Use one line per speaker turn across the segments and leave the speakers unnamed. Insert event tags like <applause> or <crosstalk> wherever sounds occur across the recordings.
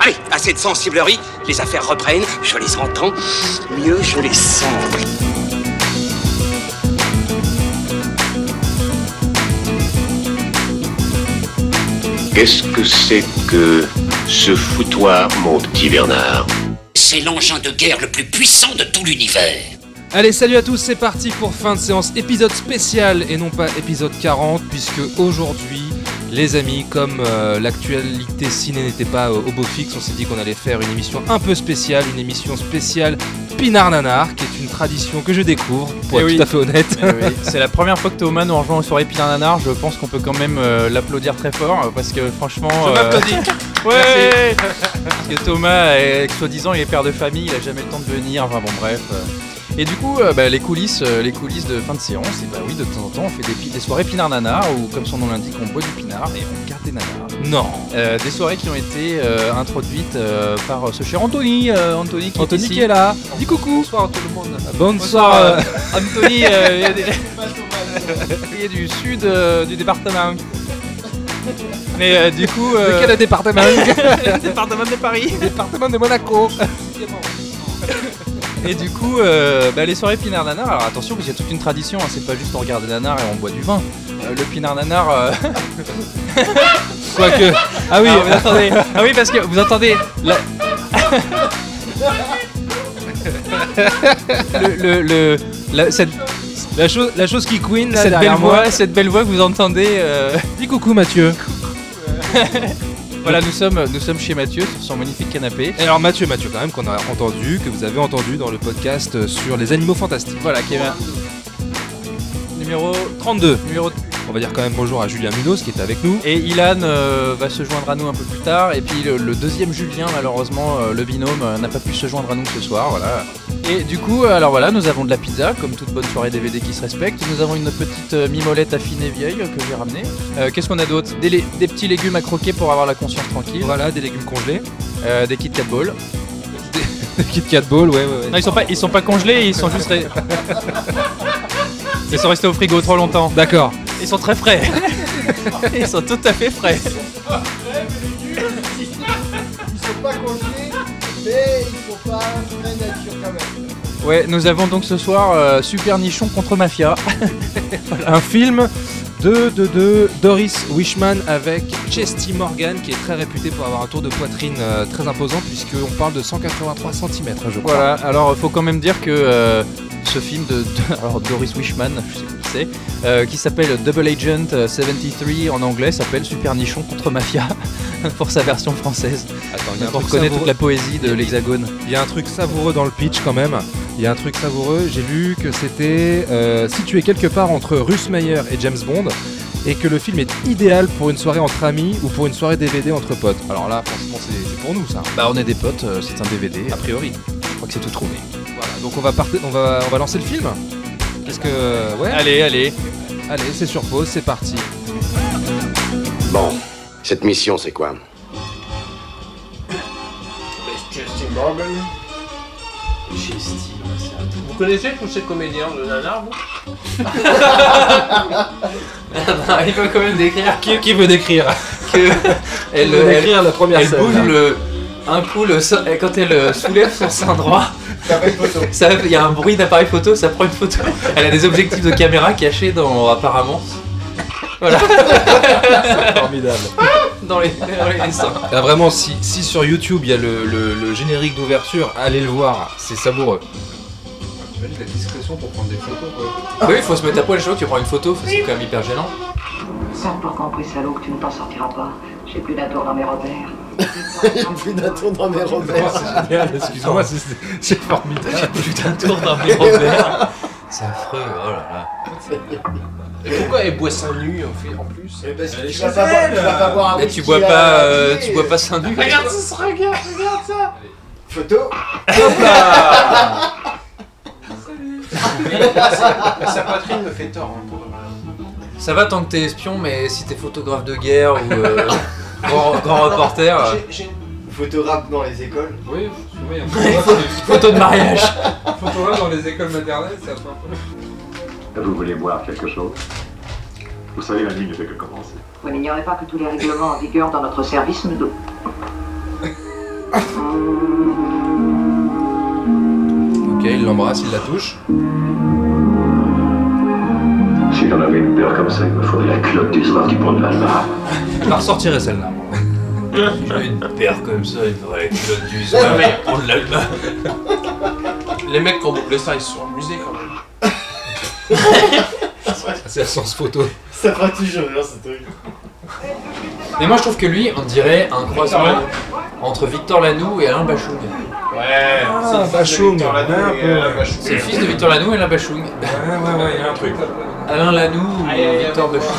Allez, assez de sensiblerie, les affaires reprennent, je les entends, mieux je les sens.
Qu'est-ce que c'est que ce foutoir, mon petit Bernard
C'est l'engin de guerre le plus puissant de tout l'univers.
Allez, salut à tous, c'est parti pour fin de séance, épisode spécial et non pas épisode 40, puisque aujourd'hui, les amis, comme euh, l'actualité ciné n'était pas euh, au beau fixe, on s'est dit qu'on allait faire une émission un peu spéciale, une émission spéciale Pinard Nanar, qui est une tradition que je découvre, pour
Eh
être
oui.
tout à fait honnête.
<laughs> Mais oui, C'est la première fois que Thomas nous rejoint aux soirées Pilin Nanar. Je pense qu'on peut quand même euh, l'applaudir très fort euh, parce que franchement. euh, <laughs> Ouais Parce que Thomas, est- soi-disant, il est père de famille, il a jamais le temps de venir. Enfin bon, bref. euh. Et du coup, euh, bah, les coulisses, euh, les coulisses de fin de séance. Et bah oui, de temps en temps, on fait des, pi- des soirées Pinard Nanar où, comme son nom l'indique, on boit du pinard et on garde des nanars.
Non.
Euh, des soirées qui ont été euh, introduites euh, par euh, ce cher Anthony. euh, Anthony qui est
Anthony
ici.
qui est là.
Dis coucou Bonsoir à tout le monde
Bonsoir. euh,
Anthony, euh, il, est des- <laughs> il est du sud euh, du département. Mais euh, du coup,
de
euh,
quel département
département de Paris.
Département de Monaco.
<laughs> Et du coup, euh, bah, les soirées pinard nanar. Alors attention, parce qu'il y a toute une tradition. hein, c'est pas juste on regarde des nanars et on boit du vin. Euh, le pinard nanar.
<laughs>
euh,
Quoique. Ah oui,
ah, vous entendez Ah oui, parce que vous entendez.
<laughs>
la- le, le- le- la- cette,
<laughs> la, chose, la chose qui queen, là,
cette belle
derrière moi.
voix, cette belle voix que vous entendez.
<laughs>
euh,
Dis coucou Mathieu.
Voilà, nous sommes, nous sommes chez Mathieu sur son magnifique canapé.
Et alors Mathieu, Mathieu quand même qu'on a entendu, que vous avez entendu dans le podcast euh, sur les animaux fantastiques.
Voilà, qui est un- numéro
32.
numéro.
On va dire quand même bonjour à Julien Munoz qui est avec nous.
Et Ilan euh, va se joindre à nous un peu plus tard. Et puis le, le deuxième Julien, malheureusement, euh, le binôme euh, n'a pas pu se joindre à nous ce soir. Voilà. Et du coup, euh, alors voilà, nous avons de la pizza, comme toute bonne soirée DVD qui se respecte. Nous avons une petite euh, mimolette affinée vieille euh, que j'ai ramenée. Euh, Qu'est-ce qu'on a d'autre des, lé- des petits légumes à croquer pour avoir la conscience tranquille.
Voilà, des légumes congelés.
Euh, des Kit Kat Balls.
<laughs> Kit Kat Ball, ouais, ouais, ouais.
Non, ils sont pas, ils sont pas congelés, ils sont juste. ré- <laughs> ils sont restés au frigo trop longtemps.
D'accord.
Ils sont très <laughs> frais. Ils sont tout à fait frais.
sont pas congelés, mais ils sont pas très nature quand même.
Ouais, nous avons donc ce soir euh, Super Nichon contre Mafia. <laughs>
Un film de, de, de Doris Wishman avec Chesty Morgan qui est très réputé pour avoir un tour de poitrine euh, très imposant puisqu'on parle de 183 cm hein, je crois.
Voilà, alors faut quand même dire que euh, ce film de, de- <laughs> alors, Doris Wishman, je sais pas qui c'est, euh, qui s'appelle Double Agent euh, 73 en anglais, s'appelle Super Nichon contre Mafia <laughs> pour sa version française.
Attends, il y, a un
On
truc
reconnaît toute
savoureux-
la poésie de l'Hexagone.
il y a un truc savoureux dans le pitch quand même. Il y a un truc savoureux. J'ai lu que c'était euh, situé quelque part entre Russ Meyer et James Bond et que le film est idéal pour une soirée entre amis ou pour une soirée DVD entre potes. Alors là, franchement, c'est c'est pour nous ça.
Bah on est des potes, euh, c'est un DVD,
A priori.
je crois que c'est tout trouvé.
Voilà, donc on va, partir, on va, on va lancer le film. Qu'est-ce que. Ouais,
Allez, allez.
allez, c'est sur pause, c'est parti.
Bon, cette mission, c'est quoi
Vous connaissez tous ces comédiens de nanar, vous Ah, Il peut quand même décrire
Qui, veut décrire
que elle, elle,
la première
elle bouge le, un coup le, sein- et quand elle euh, soulève son sein droit. Ça Il y a un bruit d'appareil photo, ça prend une photo. Elle a des objectifs de caméra cachés dans apparemment. Voilà.
<laughs> Formidable.
Dans les, dans les dessins.
Là, vraiment, si, si sur YouTube il y a le, le- le générique d'ouverture, allez le voir, c'est savoureux.
Oui, il faut se mettre à poil chaud, tu prends une photo, c'est quand même hyper gênant.
Sors pour compris, salaud, que tu ne t'en sortiras pas. J'ai plus d'atour dans mes repères. <laughs>
J'ai plus d'attendre dans mes revers.
Excuse-moi, c'est formidable.
Putain, tourne dans mes repères. C'est affreux, oh là là. Et pourquoi elle boit seins nus en fait en plus
Mais parce Eh ben, que tu vas pas boire- tu vas pas boire un
Mais tu
whisky
bois
à-
pas, euh, tu bois pas seins nus. Regarde
Photo
hein,
Ça va tant que t'es espion, mais si t'es photographe de guerre ou euh, grand, grand reporter,
Ah.
euh,
J'ai- j'ai- Photo rap dans les écoles.
photo de mariage.
Vous voulez boire quelque chose
Vous savez, la ligne fait que commencer.
Vous n'ignorez pas que tous les règlements en vigueur dans notre service nous... do-
Ok, il l'embrasse, il la touche.
Si j'en avais une peur comme ça, il me faudrait la clope du soir du pont de Valmar.
Je la ressortirai celle-là.
J'ai une paire comme ça, il faudrait que je du soir, mais on l'a pas.
Les mecs qui ont doublé ça, ils se sont amusés quand même.
C'est la sens photo.
Ça fera toujours rire ce truc.
Mais moi je trouve que lui, on dirait un croisement entre Victor Lanoux et Alain Bachung.
Ouais,
Ah, Bachung. Ouais, <laughs>
C'est le fils de Victor Lanoux et Alain
ouais,
Bachung.
ouais, il y a un truc.
Alain Lanoux ou Victor Bachung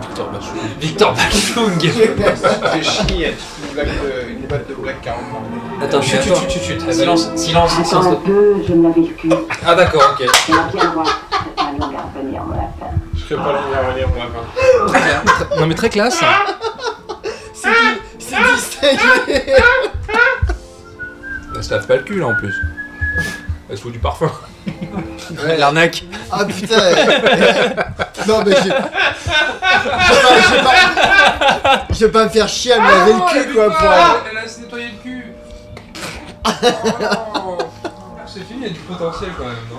Victor Bachung Victor Bachung
J'ai chier, une blague de, une blague de blague carrément.
Attends, chut, chut, chut, chut, chut. Silence, silence,
Attends
silence.
un peu, je ne l'avais vécu.
Ah d'accord, ok.
Je vais bien voir. Cette manie, on va revenir, mon lapin.
Je serais pas là pour revenir moi. hein.
Non mais très classe.
C'est distingué
Elle se lave pas le cul là en plus. Elle se fout du parfum.
L'arnaque.
Ah putain Non mais j'ai... Je vais pas- je vais pas- Je vais pas me faire chier à me laver le cul quoi pour aller-
Elle a se nettoyé le cul. C'est fini, il y a du potentiel quand même, non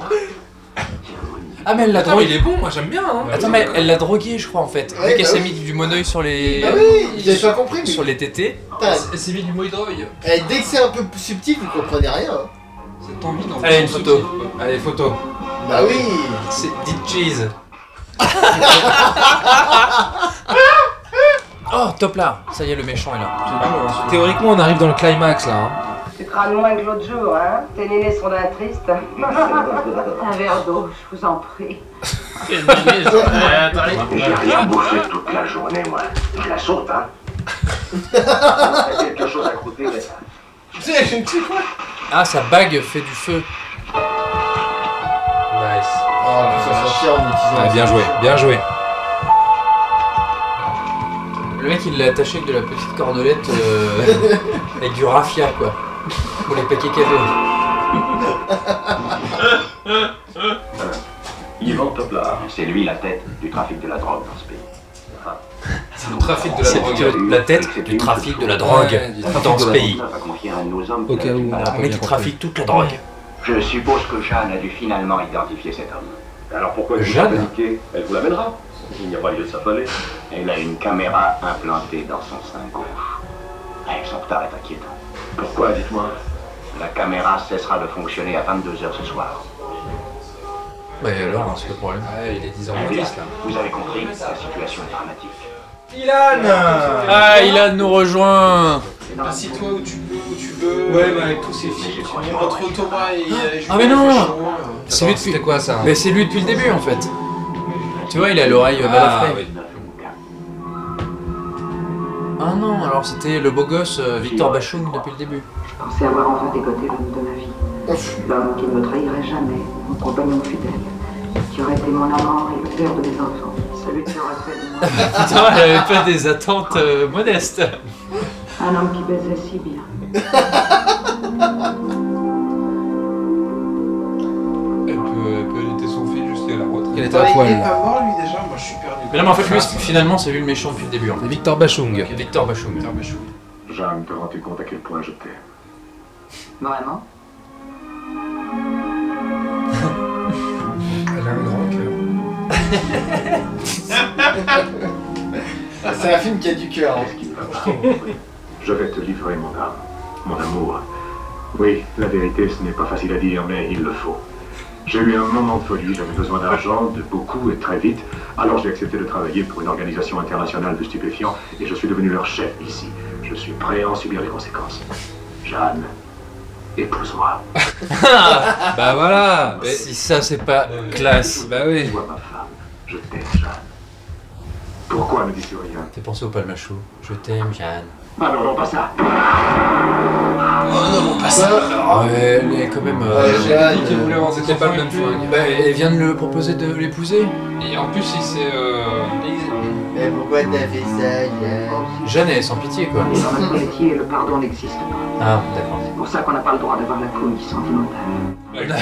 Ah mais elle l'a drogué.
est bon, moi j'aime bien. Hein.
Attends mais elle l'a drogué je crois en fait.
Ouais,
Vu qu'elle
bah
s'est
oui.
mis du monoeil sur
Bah
les.
Ah oui, j'avais pas compris
Sur
mais...
les tétés.
putain,
Elle s'est mis du moïdroï.
eh, dès que c'est un peu plus subtil vous comprenez rien hein.
Cette envie d'en
Allez, une photo.
Allez, photo.
Bah oui
C'est dit cheese. <laughs> oh, top là. Ça y est, le méchant est là.
Théoriquement, on arrive dans le climax
hein.
là.
Tu crânes moins que l'autre jour, hein Tes nénés sont d'un triste. <laughs> Un verre d'eau, je vous en prie.
J'ai rien bouffé toute la journée, moi. Je la saute, hein. T'as quelque chose à croûter, mais...
Ah, sa bague fait du feu.
Nice.
Oh ça fait chier en utilisant
Ah, bien joué, bien joué.
Le mec, il l'a attaché avec de la petite cordelette. <laughs> euh, avec du raffia, quoi. Pour les paquets cadeaux.
Yvan Toplar, c'est lui la tête du trafic de la drogue dans ce pays.
Le trafic de
C'est que la tête du trafic de la drogue
Ouais, du trafic
dans
de
ce
la
pays.
va confier un de nos hommes
Au
qui l'a
cas
tué
où.
par la
Un mec qui trafique toute la drogue.
Je suppose que Jeanne a dû finalement identifier cet homme. Alors pourquoi
vous Jeanne
indiquer Elle vous l'amènera. Il n'y a pas lieu de s'affoler. Elle a une caméra implantée dans son sein gauche. Eh, son retard est inquiétant. Pourquoi, dites-moi La caméra cessera de fonctionner à 22h ce soir.
Mais alors, hein, c'est le problème.
Ouais, il est 10
Eh
h 10
bien,
là.
vous avez compris, la situation est dramatique.
Ah, il a nous rejoint.
Assis-toi où tu veux, où tu veux.
Ouais, mais avec tous ces
Mais j'ai
filles.
croisé mon
Entre Thomas et.
Ah, mais non C'est lui
C'était
depuis.
quoi ça
Mais c'est lui depuis le début en fait. Tu vois, il a l'oreille
Ah,
balafrée.
oui.
Ah non, alors c'était le beau gosse euh, Victor Bachoum depuis le début.
Je pensais avoir enfin dégoté l'homme de ma vie.
Oh,
L'homme qui ne me trahirait jamais, mon compagnon fidèle, qui aurait été mon amant et le père de mes enfants, celui qui aurait fait de moi
Ah,
Putain, elle avait pas des attentes euh, modestes.
un homme qui baisait si bien.
Elle peut, elle peut éditer son fils jusqu'à la retraite.
Il était
Attends,
à
il est
poil.
pas mort lui déjà, moi je suis perdu.
Mais non, mais en fait, lui, c'est- finalement, c'est lui le méchant depuis le début. en fait.
Victor Bachung.
Victor Bachoum.
Putain, mais je suis-
Jeanne, te rends-tu compte à quel point je t'aime
Vraiment
Elle a un grand cœur.
Ah, C'est un film qui a du cœur hein.
Qu'est-ce qui me va pas Je vais te livrer mon âme, mon amour. Oui, la vérité, ce n'est pas facile à dire, mais il le faut. J'ai eu un moment de folie, j'avais besoin d'argent, de beaucoup et très vite. Alors j'ai accepté de travailler pour une organisation internationale de stupéfiants et je suis devenu leur chef ici. Je suis prêt à en subir les conséquences. Jeanne, épouse-moi,
Bah voilà Mais-
Si ça, c'est pas classe.
Bah oui.
sois ma femme. Je t'aime, Jeanne. Pourquoi ne dis-tu rien
T'es pensé au palmachou. Je t'aime, Jeanne.
Ah non, non, pas ça.
bah,
Ouais, elle est quand même. euh,
Ouais, j'ai hâte,
Qui
euh,
voulait avoir
C'était
des
pas le
enfants
même
avec lui
flingue.
bah, elle vient de le proposer de l'épouser.
Et en plus, il s'est. euh,
Eh
pourquoi t'as fait ça, Jeanne
Jeanne, elle est sans pitié, quoi.
Et dans notre métier, le pardon n'existe pas.
Ah, d'accord.
C'est pour ça qu'on n'a pas le droit d'avoir la couille sentimentale.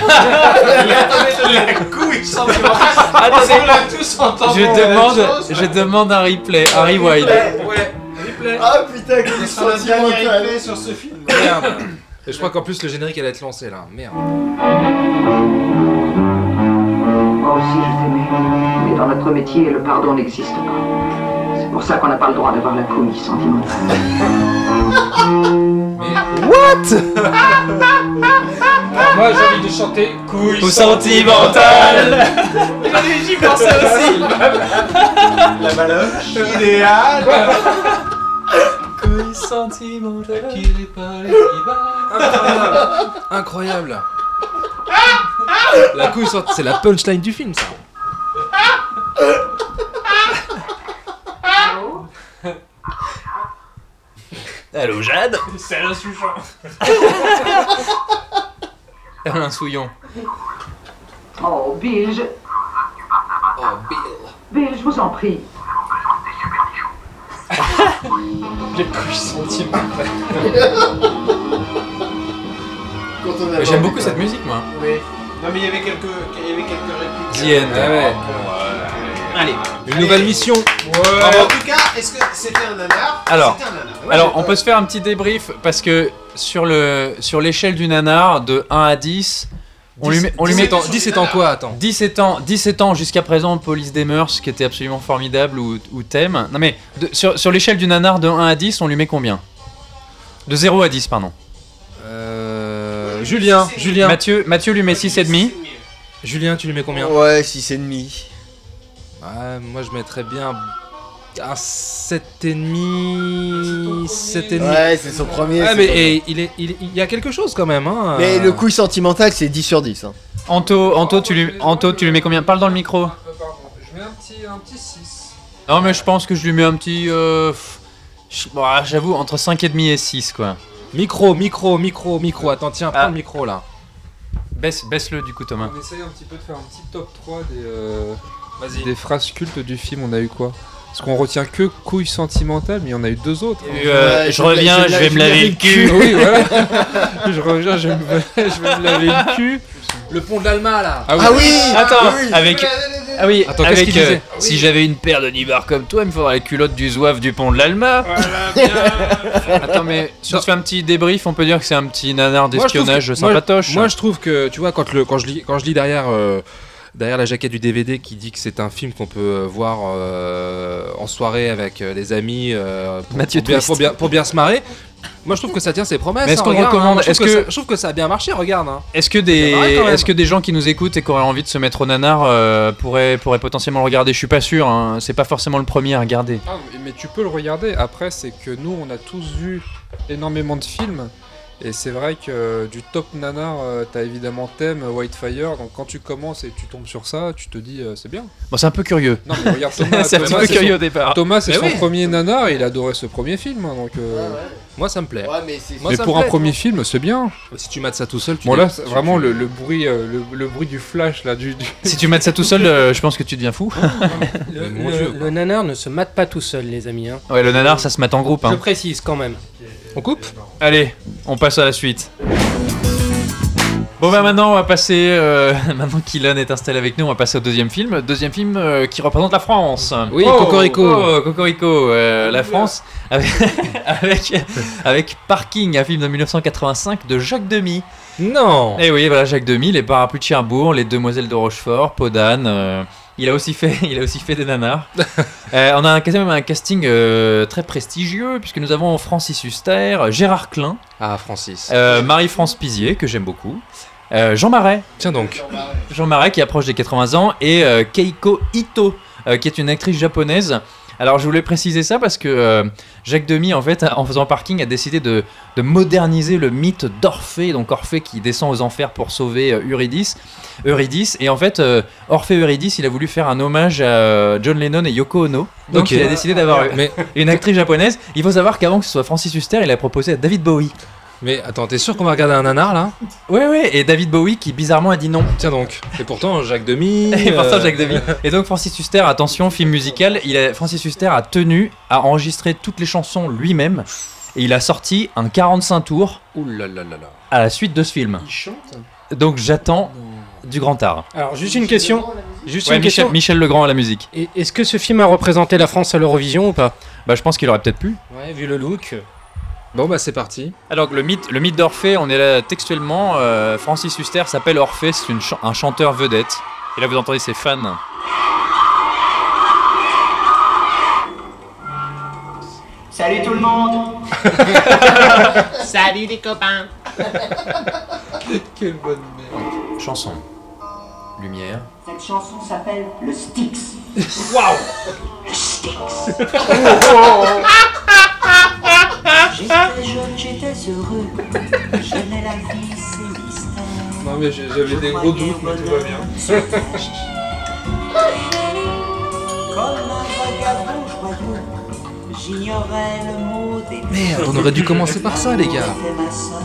La couille sans Attendez, on l'a tous entendu.
Je demande, je demande un replay, un rewind.
Ouais, replay.
Ah putain, que
Et
des
sur la dernière replay sur ce film.
Merde. Et je crois qu'en plus le générique allait être lancé là. Merde.
Moi aussi, je t'aimais. Mais dans notre métier, le pardon n'existe pas. C'est pour ça qu'on n'a pas le droit d'avoir la couille sentimentale.
Ah. oh. What Ah,
Alors moi j'ai envie de chanter couille
Au sentimental
J'y pensais aussi
La baloche idéale
Couille sentimentale
Incroyable.
Ah,
La couille sortie, c'est la punchline du film ça.
Allô Jade
C'est un souchant
Alain Souillon.
Oh, Bill, je...
Oh, Bill.
Bill, je vous en prie.
Les couilles sentimentales
J'aime beaucoup cette musique, moi.
Oui Non mais il y avait quelques, il y avait quelques répliques
The End.
Ah ouais.
Allez.
Une nouvelle mission.
Ouais
En tout cas, est-ce que c'était un nanar
Alors,
C'était un nanar. Moi,
alors
Euh,
j'ai
on peut se faire un petit débrief parce que sur le sur l'échelle du nanar de 1 à 10, on lui met on lui met
17 ans- 17 ans quoi attends
17 ans, 17 ans jusqu'à présent, Police des Mœurs, qui était absolument formidable, ou, ou Thème. Non mais, de- sur, sur l'échelle du nanar de 1 à 10, on lui met combien De 0 à 10, pardon.
Euh, Julien, Julien.
Mathieu, Mathieu lui met 6,5.
Julien, tu lui mets combien
Ouais, 6,5.
Bah, moi je mettrais bien un 7,5. 7,5.
Ouais, c'est son premier,
Ouais,
c'est
Ah, mais
son
et il, est, il, il y a quelque chose quand même. Hein,
Mais
euh.
le couille sentimental, c'est 10 sur 10. Hein.
Anto, Anto, tu lui, Anto, tu lui mets combien Parle dans le micro.
Je mets un petit, un petit 6
Non mais je pense que je lui mets un petit... euh, pff, je- bon, ah, J'avoue, entre 5,5 et 6, quoi.
Micro, micro, micro, micro. Attends, tiens,
Ah.
prends le micro là.
Baisse- Baisse-le du coup, Thomas.
On essaye un petit peu de faire un petit top 3 des, euh,
Vas-y.
des phrases cultes du film. On a eu quoi Parce qu'on retient que couille sentimentale, mais il y en a eu deux autres.
Il y a eu, euh, Ouais, je je reviens, la- je je vais me me laver laver le le cul. cul.
Oui, voilà. je reviens, je, me- <laughs> je vais me laver le cul. Ah
Le pont de l'Alma là.
<laughs>
Ah
Attends, avec... Ah oui,
Attends, qu'est-ce
avec,
qu'il
euh,
disait
si j'avais une paire de nibards comme toi, il me faudrait la culotte du zouave du pont de l'Alma. <laughs> Attends, mais si on se fait un petit débrief, on peut dire que c'est un petit
Moi,
nanar
je trouve
d'espionnage
que-
sympatoche.
Moi, moi, je trouve que, tu vois, quand, le, quand, je, lis, quand je lis derrière, euh, derrière la jaquette du DVD qui dit que c'est un film qu'on peut euh, voir euh, en soirée avec euh, les amis euh, pour,
Mathieu
pour bien,
Twist.
pour, bien, pour bien se marrer, moi je trouve que ça tient ses promesses.
Mais est-ce
hein,
qu'on
regarde,
recommande-
hein, je,
est-ce
trouve
que-
ça, je trouve que ça a bien marché, regarde. hein.
Est-ce que,
C'est
des,
vrai, quand même.
est-ce que des gens qui nous écoutent et qui auraient envie de se mettre au nanar euh, pourraient, pourraient potentiellement le regarder Je suis pas sûr, hein, c'est pas forcément le premier à regarder.
Ah, mais- mais tu peux le regarder. Après, c'est que nous, on a tous vu énormément de films. Et c'est vrai que euh, du top nanar, euh, t'as évidemment Thème, euh, Whitefire. Donc quand tu commences et que tu tombes sur ça, tu te dis euh, c'est bien.
Bon, c'est un peu curieux.
Non, mais
<laughs>
regarde Thomas.
<laughs> C'est un petit
Thomas,
peu
c'est
curieux
son-
au départ.
Thomas, c'est
Mais
son
oui.
premier nanar et il adorait ce premier film. hein, donc, euh,
Moi ça me plaît.
Ouais, mais c'est.
Moi,
mais
ça me
pour un
plaît,
premier film, c'est bien.
Si tu mates ça tout seul, tu
Bon,
dis-
là,
tu-
c'est vraiment
tu-
le, le bruit, euh, le, le bruit du flash, là,
<laughs>
du. du-
Si tu mates ça tout seul, euh, je pense que tu deviens fou.
Le,
Mais mon
le-
Dieu,
le nanar ne se mate pas tout seul, les amis. hein.
ouais, le nanar, ça se mate en groupe.
Je
Hein.
précise quand même.
On coupe
Allez, on passe à la suite. Bon bah maintenant on va passer, euh, <laughs> maintenant qu'Ilan est installé avec nous, on va passer au deuxième film. Deuxième film euh, qui représente la France.
Oui, Cocorico.
oh, Cocorico, euh, la France, avec, <laughs> avec, avec Parking, un film de 1985 de Jacques Demy.
Non
Et oui, voilà Jacques Demy, les parapluies de Cherbourg, les demoiselles de Rochefort, Podane. euh, il a aussi fait, <laughs> il a aussi fait
<laughs>
des nanars. Euh, on a un, quand même un casting euh, très prestigieux puisque nous avons Francis Huster, Gérard Klein,
Ah, Francis.
euh, Marie-France Pizier que j'aime beaucoup, euh, Jean Marais.
Tiens donc.
Jean Marais qui approche des 80 ans et euh, Keiko Ito euh, qui est une actrice japonaise. Alors je voulais préciser ça parce que euh, Jacques Demy en fait en faisant parking a décidé de, de moderniser le mythe d'Orphée, donc Orphée qui descend aux enfers pour sauver euh, Eurydice. Eurydice et en fait euh, Orphée Eurydice il a voulu faire un hommage à euh, John Lennon et Yoko Ono. Donc
Ok. Ah,
il a décidé d'avoir
Mais-
une actrice japonaise. Il faut savoir qu'avant que ce soit Francis Huster il a proposé à David Bowie.
Mais attends, t'es sûr qu'on va regarder un nanar là
Ouais, ouais, et David Bowie qui bizarrement a dit non.
Tiens donc. Et pourtant, Jacques
<laughs>
Demy.
<laughs> Et pour ça,
euh,
Jacques Demy. Et donc Francis Huster, attention, film musical, il a, Francis Huster a tenu à enregistrer toutes les chansons lui-même. Et il a sorti un 45 tours
<laughs> Ouh là là là là.
à la suite de ce film.
Il chante
Donc j'attends du grand art.
Alors, juste une question. Juste
Ouais,
une
Michel,
question.
Michel Legrand à la musique.
Et- Est-ce que ce film a représenté la France à l'Eurovision ou pas
Bah je pense qu'il aurait peut-être pu.
Ouais, vu le look.
Bon bah c'est parti.
Alors que le mythe, le mythe d'Orphée, on est là textuellement. euh, Francis Huster s'appelle Orphée, c'est une chan- un chanteur vedette. Et là vous entendez ses fans.
Salut tout le monde Salut les copains
Quelle bonne merde. Chanson. Lumière.
Cette chanson s'appelle Le Styx.
Waouh
Le Styx.
J'étais
jeune, j'étais heureux. J'aimais la vie, c'est mystère.
Non mais j'ai- j'avais des gros doutes, mais tout va bien.
Comme un vagabond joyeux, j'ignorais le mot des
Merde, on aurait dû commencer par ça, les gars.
C'était ma sœur.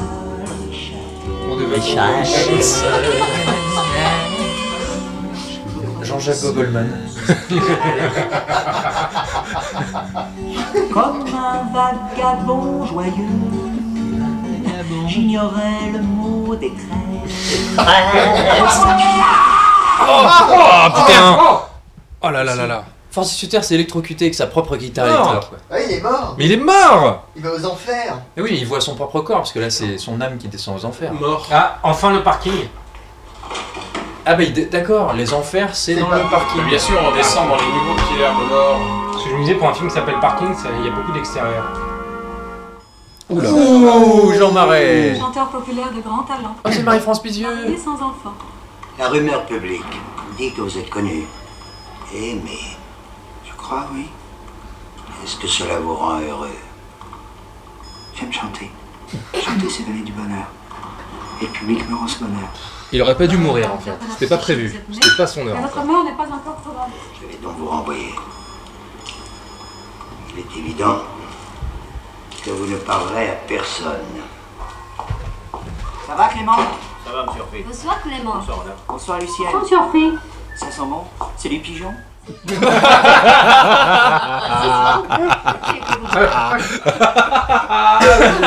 Jean-Jacques Goldman.
Comme un vagabond joyeux, j'ignorais le mot des
Oh,
oh,
putain
Oh là là là là.
Francis Hutter s'est électrocuté avec sa propre guitare
Non.
électrique. quoi.
Ah, il est mort
Mais il est mort
Il va aux enfers
Mais oui, il voit son propre corps, parce que là, c'est son âme qui descend aux enfers.
Mort.
Ah, enfin le parking Ah, bah il dé- d'accord, les enfers, c'est dans le parking.
Bien sûr, on descend dans les niveaux qu'il y a mort.
Ce que je me disais pour un film qui s'appelle Parking, ça- il y a beaucoup d'extérieur.
Oula Ouh, Jean Marais
Chanteur populaire de grand talent.
Oh, c'est Marie-France Pisieux
Marié sans enfant.
La rumeur publique dit que vous êtes connu. Aimé. Je crois, oui. Est-ce que cela vous rend heureux J'aime chanter. Chanter, c'est donner du bonheur. Et le public me rend ce bonheur.
Il aurait pas dû mourir en fait. C'était pas prévu. C'était pas son
Mais
heure. en
votre
fait.
mort n'est pas encore probable.
Je vais donc vous renvoyer. Il est évident que vous ne parlerez à personne.
Ça va Clément
Ça va, monsieur Hervé
Bonsoir Clément.
Bonsoir, madame.
Bonsoir Lucienne.
Bonsoir, fille.
Ça sent bon C'est du pigeon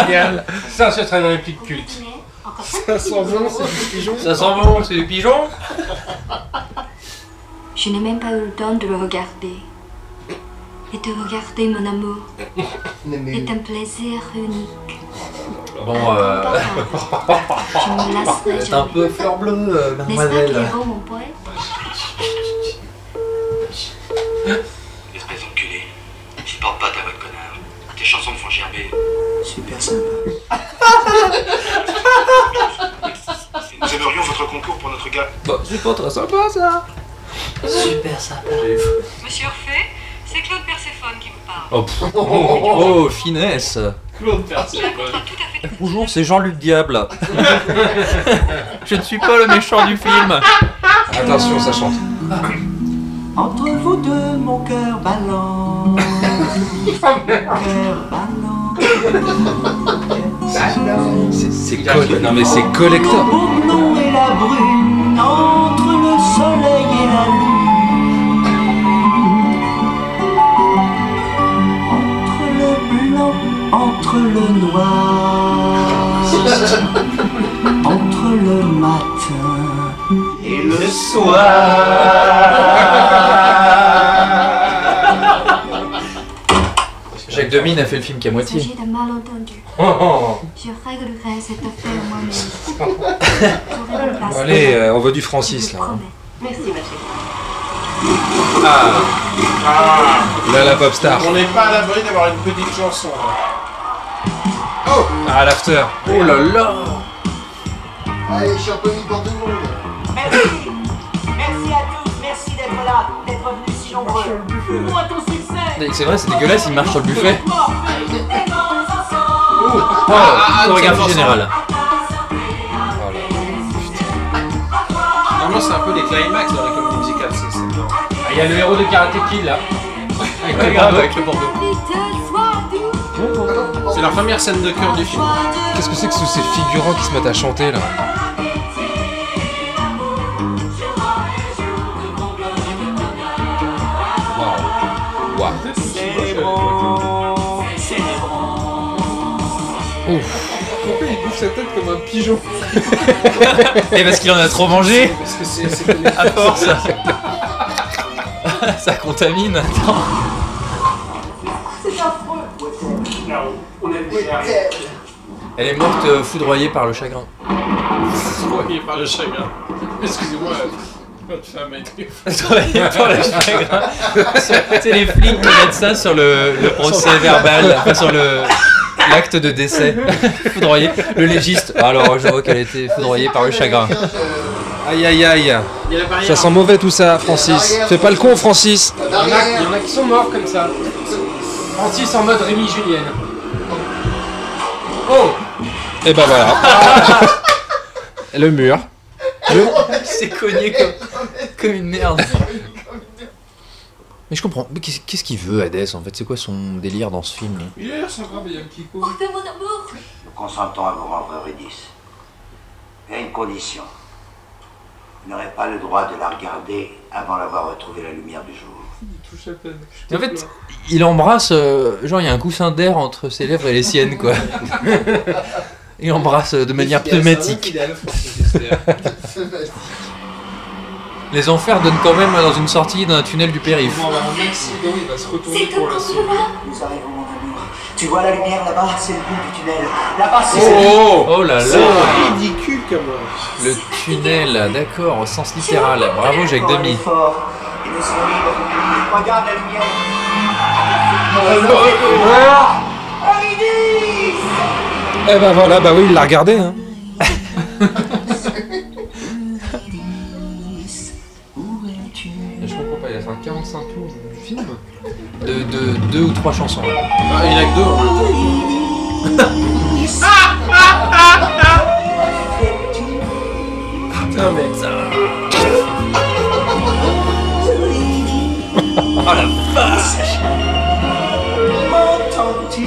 Génial. Ça, ce serait une réplique culte.
Ça sent bon, c'est du pigeon.
Ça sent bon, c'est du pigeon
Je n'ai même pas eu le temps de le regarder. Et de regarder mon amour est un plaisir unique.
Bon, euh...
Je me lasserai
C'est un peu fleur bleue, euh,
N'est-ce pas,
mademoiselle.
Pierrot, mon poète
Espèce d'enculé. Supporte pas ta voix de connard. Tes chansons me font gerber. Super sympa.
Nous aimerions votre concours pour notre gars.
Bon, c'est pas très sympa ça Super sympa
Monsieur Orphée, c'est Claude Perséphone qui vous parle.
Oh, pff. oh, oh, finesse Bonjour, c'est Jean-Luc <laughs> Diable. Je ne suis pas le méchant du <laughs> film.
Attention, ça chante.
Ah. Entre vous deux, mon cœur
<laughs>
balance. Mon cœur
C'est- C'est coll- Non mais c'est collector.
Mon nom est la brune entre le soleil et la lune. Entre le blanc, entre le noir, entre le matin et le
Jacques Demy a fait le film qu'à
Il
moitié.
s'agit d'un malentendu.
Oh,
Je réglerai cette affaire moi-même. J'aurai ma place.
Allez, euh, on veut du Francis là. hein.
Merci, ma chérie.
Ah. Là la pop star.
On n'est pas à l'abri d'avoir une petite chanson.
Ah l'after.
Oh là là
Allez, je suis un peu mis pour tout le monde
Merci Merci à tous, merci d'être là, d'être venus si nombreux. Pour ton succès
Mais C'est vrai, c'est dégueulasse, il marche sur le buffet.
Oh,
Ah, chorégraphie générale.
Normalement, c'est un peu les climax dans la comédie musicale. c'est- c'est bien.
Ah, Il y a le héros de Karate Kid là. Avec le
grave,
bandeau.
avec le
Bordeaux.
Vite, soir du
C'est la première scène de cœur du film.
Qu'est-ce que c'est que ce- ces figurants qui se mettent à chanter là Waouh. Waouh.
C'est bon, c'est bon. Pourquoi il bouffe sa tête comme un pigeon
Et parce qu'il en a trop mangé
Parce que c'est- c'est-
À
<laughs>
force Ça contamine Attends.
C'est affreux. On est déjà
Elle est morte euh, foudroyée par le chagrin.
Soyez par le chagrin. Excusez-moi, votre femme a été.
Soyez par le chagrin. C'est les flics qui mettent ça sur le, le procès
<laughs>
verbal, enfin sur le l'acte de décès. foudroyé. Le légiste. Alors je vois qu'elle a été foudroyée par le chagrin.
Aïe aïe aïe.
Il y a la barrière.
Ça sent mauvais tout ça, Francis. Fais pas le con, Francis.
Il y, en a, il y en a qui sont morts comme ça. Francis en mode Rémi Julienne. Oh
Et ben voilà. le mur. Le-
C'est cogné comme, comme une merde. Mais je comprends. Mais qu'est-ce qu'est-ce qu'il veut, Hades, en fait C'est quoi son délire dans ce film là
Il a l'air sympa, mais il y a un petit coup.
mon amour
Nous consentons à vous rendre Eurydice. Mais à une condition. Vous n'aurez pas le droit de la regarder avant d'avoir retrouvé la lumière du jour.
Touche à peine.
En fait, il embrasse. euh, genre, il y a un coussin d'air entre ses lèvres et les siennes, <laughs> quoi. il embrasse euh, de manière
Fidèle,
pneumatique.
c'est un vrai fidèle, Francis
<laughs>
Huster.
Les enfers donnent quand même dans une sortie d'un tunnel du périph.
Bon, bah, en accident, il va se retourner pour la sauver.
Nous arrivons, mon amour. Tu vois la lumière là-bas C'est le bout du tunnel. Là-bas, c'est
Oh là
C'est
là
ridicule comme.
Le tunnel, d'accord, au sens littéral. Bravo, Jacques Demi.
Et nous serons libres. Regarde la lumière.
Eh ben voilà, bah oui, il l'a regardé. Hein.
Je comprends pas, il a fait un 45 tours du film.
De, de- deux ou trois chansons.
Ah, il a que deux en
Putain, mais ça.
Oh la vache
M'entends-tu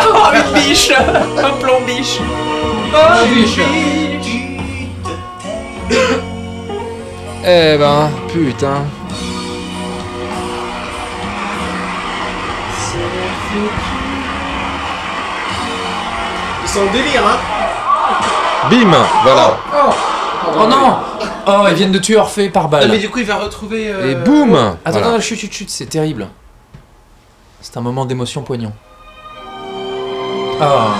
Oh, une biche Un plan biche
Oh,
Une biche.
Eh
Ah,
ben, putain.
Ils sont en délire, hein
Bim, voilà.
Oh,
Oh non Oh, ils viennent de tuer Orphée par balle.
Non, mais du coup, il va retrouver. euh,
Et boum
oh.
Attends,
Voilà.
attends, chut, chut, chut, c'est terrible. C'est un moment d'émotion poignant. Ah.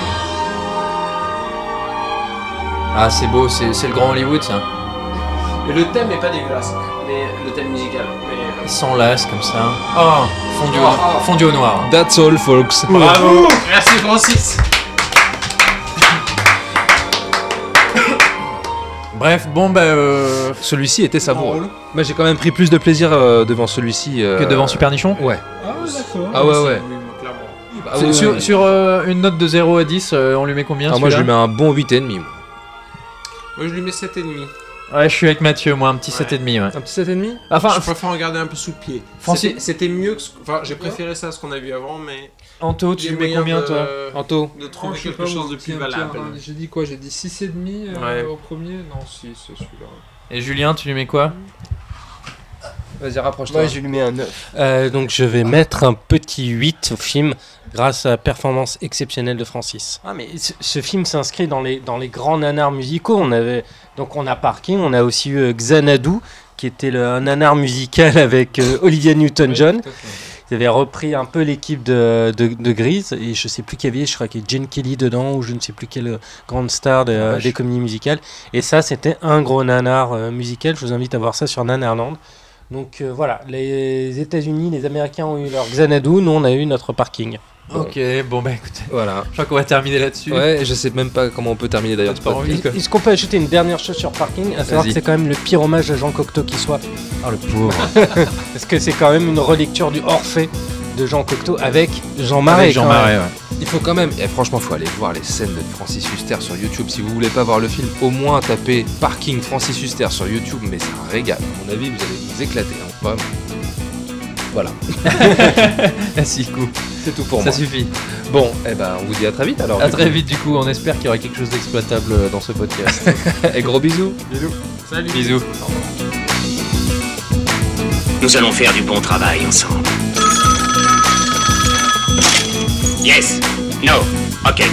Ah, c'est beau, c'est c'est le grand Hollywood ça.
Et le thème est pas dégueulasse, mais le thème musical. Mais... euh,
Ils s'enlacent comme ça. Oh, fondu,
Oh,
au,
oh.
fondu au noir. hein.
That's all, folks.
Bravo Merci Francis
Bref, bon bah.
Celui-ci était savoureux. Moi j'ai quand même pris plus de plaisir euh, devant celui-ci. euh,
Que devant Super Nichon
Ouais.
Ah, d'accord.
Ah ouais, ouais.
Bah
Ah
C'est-
ouais,
sur
ouais.
sur, euh, une note de 0 à 10, euh, on lui met combien
Ah, moi je lui
celui-là
mets un bon 8,5.
Moi, je lui mets 7,5.
Ouais, je suis avec Mathieu, moi, un petit 7,5. Ouais.
Un petit 7,5
Enfin,
je préfère en garder un peu sous le pied.
Francis-
C'était- C'était mieux que. ce- Enfin, j'ai préféré ça à ce qu'on a vu avant, mais.
Anto, tu
J'ai
lui mets
moyen
combien,
de-
toi
Anto
De
Oh,
trouver
je sais
quelque
pas,
chose de
petit-
plus
un petit-
valable.
un- J'ai dit quoi J'ai dit 6,5
Ouais.
euh, au premier Non, si, c'est celui-là.
Et Julien, tu lui mets quoi
Vas-y, rapproche-toi.
Moi, je lui mets un 9. Euh, donc je vais mettre un petit 8 au film grâce à la performance exceptionnelle de Francis. Ah, mais ce, ce film s'inscrit dans les, dans les grands nanars musicaux. On avait, donc on a Parking, on a aussi eu euh, Xanadu, qui était le, un nanar musical <laughs> avec euh, Olivia Newton-John. Ils avaient repris un peu l'équipe de, de, de Grease et je sais plus qui avait, je crois qu'il y avait Gene Kelly dedans ou je ne sais plus quelle euh, grande star de- euh,
vache.
des comédies musicales. Et ça, c'était un gros nanar euh, musical. Je vous invite à voir ça sur Nanarland. Donc euh, voilà, les États-Unis, les Américains ont eu leur Xanadu, nous on a eu notre parking.
Ok, bon bah écoutez.
Voilà.
Je crois qu'on va terminer là-dessus.
Ouais, je sais même pas comment on peut terminer d'ailleurs ce
T'as pas envie,
podcast.
quoi.
Est-ce qu'on peut ajouter une dernière chose sur parking À savoir
Vas-y.
que c'est quand même le pire hommage à Jean Cocteau qui soit.
Ah, le pauvre.
Parce que c'est quand même une relecture du Orphée de Jean Cocteau avec Jean Marais.
Avec Jean
quand même.
Marais, Il faut quand même, et franchement, faut aller voir les scènes de Francis Huster sur YouTube. Si vous voulez pas voir le film, au moins tapez Parking Francis Huster sur YouTube, mais ça régale. À mon avis, vous allez vous éclater, hein, vraiment. Voilà.
Merci coup.
C'est tout pour
Ça
moi.
suffit.
Bon, eh ben, on vous dit à très vite alors.
À
du
très
coup.
vite du coup, on espère qu'il y aura quelque chose d'exploitable euh, dans ce <laughs> podcast.
Et gros bisous.
Bisous.
Salut.
Bisous.
Nous allons faire du bon travail ensemble. Yes. No. OK.